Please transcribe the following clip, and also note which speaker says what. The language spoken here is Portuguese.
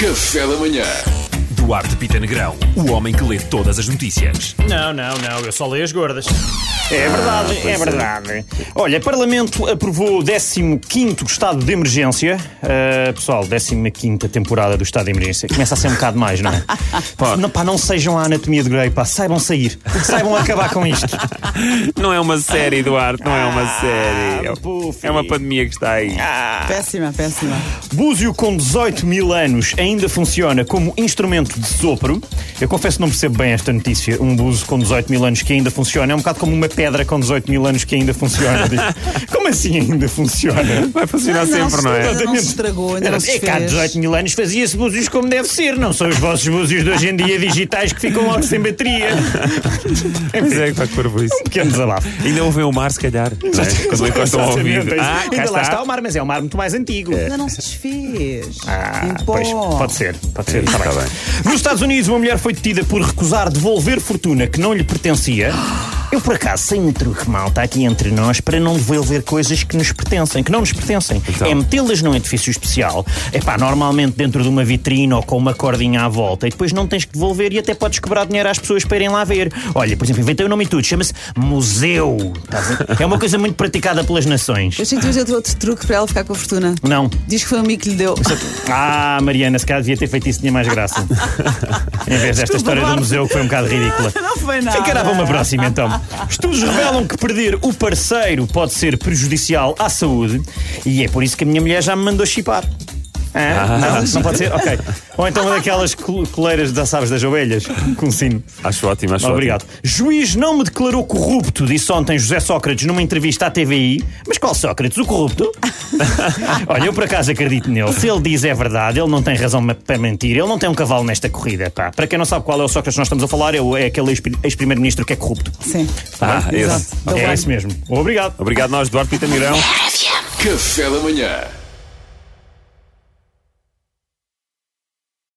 Speaker 1: Café da Manhã.
Speaker 2: Duarte Pita Negrão, o homem que lê todas as notícias.
Speaker 3: Não, não, não, eu só leio as gordas. É verdade, é verdade. Olha, Parlamento aprovou o 15º estado de emergência. Uh, pessoal, 15ª temporada do estado de emergência. Começa a ser um bocado mais, não é? Pá, não, pá, não sejam a anatomia de Grey, pá. Saibam sair. Saibam acabar com isto.
Speaker 2: Não é uma
Speaker 3: Ah.
Speaker 2: série, Duarte, não é uma
Speaker 3: um
Speaker 2: série. É-
Speaker 3: Puffy.
Speaker 2: É uma pandemia que está aí.
Speaker 3: Ah,
Speaker 4: Péssima, péssima.
Speaker 3: Búzio com 18 mil anos ainda funciona como instrumento de sopro. Eu confesso que não percebo bem esta notícia. Um búzio com 18 mil anos que ainda funciona é um bocado como uma pedra com 18 mil anos que ainda funciona. Como assim ainda funciona?
Speaker 2: Vai funcionar
Speaker 4: Ainda não
Speaker 2: sempre, não
Speaker 4: se
Speaker 2: é?
Speaker 4: estuda. Ainda não se estragou, ainda não se
Speaker 3: É que há
Speaker 4: fez.
Speaker 3: 18 mil anos fazia-se búzios como deve ser, não são os vossos búzios de hoje em dia digitais que ficam logo sem bateria.
Speaker 2: Pois é, que vai pôr por isso.
Speaker 3: Pequeno desabafo.
Speaker 2: Ainda ouvem o mar, se calhar. não é? Quando lhe cortam ao ouvido.
Speaker 3: Exatamente.
Speaker 2: Ah, cá
Speaker 3: é ainda lá está
Speaker 2: está.
Speaker 3: o mar, mas é um mar muito mais antigo.
Speaker 4: Ainda não se desfez.
Speaker 3: Ah,
Speaker 4: Em pó.
Speaker 3: pois, pode ser, pode ser, está
Speaker 2: Está
Speaker 3: bem.
Speaker 2: bem.
Speaker 3: Nos Estados Unidos, uma mulher foi detida por recusar devolver fortuna que não lhe pertencia. Eu, por acaso, sei um truque mal, está aqui entre nós, para não devolver coisas que nos pertencem, que não nos pertencem.
Speaker 2: Então?
Speaker 3: É metê-las num edifício especial, é pá, normalmente dentro de uma vitrine ou com uma cordinha à volta, e depois não tens que devolver e até podes cobrar dinheiro às pessoas para irem lá ver. Olha, por exemplo, inventei o nome e tudo, chama-se Museu. estás a ver? É uma coisa muito praticada pelas nações.
Speaker 4: Eu achei que tu ias ter outro truque para ela ficar com a fortuna.
Speaker 3: Não.
Speaker 4: Diz que foi um amigo que lhe deu.
Speaker 3: Ah, Mariana, se calhar devia ter feito isso, tinha mais graça. em vez desta história do
Speaker 4: Duarte.
Speaker 3: museu que foi um bocado ridícula.
Speaker 4: Não foi nada.
Speaker 3: Ficará para uma próxima então. Estudos revelam que perder o parceiro pode ser prejudicial à saúde e é por isso que a minha mulher já me mandou chipar. Hã? não, não pode ser? Ok. Ou então uma daquelas col- coleiras das aves das ovelhas, com sino.
Speaker 2: Acho ótimo, acho
Speaker 3: Obrigado. Juiz não me declarou corrupto, disse ontem José Sócrates numa entrevista à TVI. Mas qual Sócrates? O corrupto? Olha, eu por acaso acredito nele. Se ele diz é verdade, ele não tem razão ma- para mentir. Ele não tem um cavalo nesta corrida, pá. Para quem não sabe qual é o Sócrates que nós estamos a falar, é, o- é aquele ex- ex-primeiro-ministro que é corrupto.
Speaker 4: Sim.
Speaker 2: Ah, esse.
Speaker 4: Exato.
Speaker 3: É
Speaker 4: Ele
Speaker 3: isso mesmo. Obrigado.
Speaker 2: Obrigado nós, Duarte Pita Negrão.
Speaker 1: Café da Manhã.